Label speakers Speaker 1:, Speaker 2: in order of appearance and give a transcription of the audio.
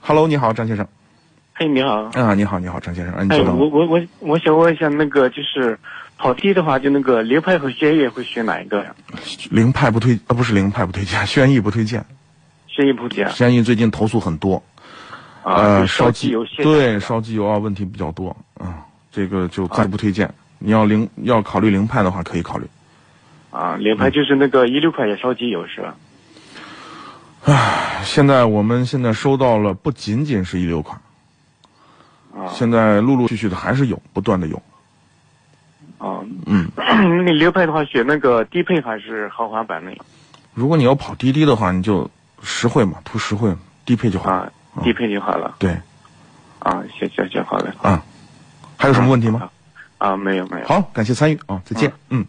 Speaker 1: Hello，你好，张先生。
Speaker 2: 嘿，哎你好。
Speaker 1: 啊，你好，你好，张先生。啊，你
Speaker 2: 哎，
Speaker 1: 稍等
Speaker 2: 我。我我我想问一下，那个就是跑题的话，就那个流派和轩逸会选哪一个呀？
Speaker 1: 凌派不推，呃，不是凌派不推荐， 轩逸不推荐。
Speaker 2: 轩逸不解
Speaker 1: 轩逸最近投诉很多，
Speaker 2: 啊，就
Speaker 1: 呃，
Speaker 2: 是烧机
Speaker 1: 机
Speaker 2: 油泄
Speaker 1: 对烧机油啊问题比较多啊，这个就暂不推荐。你要凌要考虑凌派的话，可以考虑。
Speaker 2: 啊，
Speaker 1: 嗯
Speaker 2: 流派就是那个一六款也烧机油是吧？
Speaker 1: 现在我们现在收到了不仅仅是一流款，
Speaker 2: 啊
Speaker 1: 现在陆陆续续的还是有，不断的有。
Speaker 2: 啊，
Speaker 1: 嗯，
Speaker 2: 那流派的话选那个低配还是豪华版那个
Speaker 1: 如果你要跑滴滴的话，你就实惠嘛，图实惠，低配就好。
Speaker 2: 啊？低配就好了
Speaker 1: 对，
Speaker 2: 啊，行行行，好嘞。
Speaker 1: 啊还有什么问题吗？
Speaker 2: 啊，没有没有。
Speaker 1: 好，感谢参与啊，再见。嗯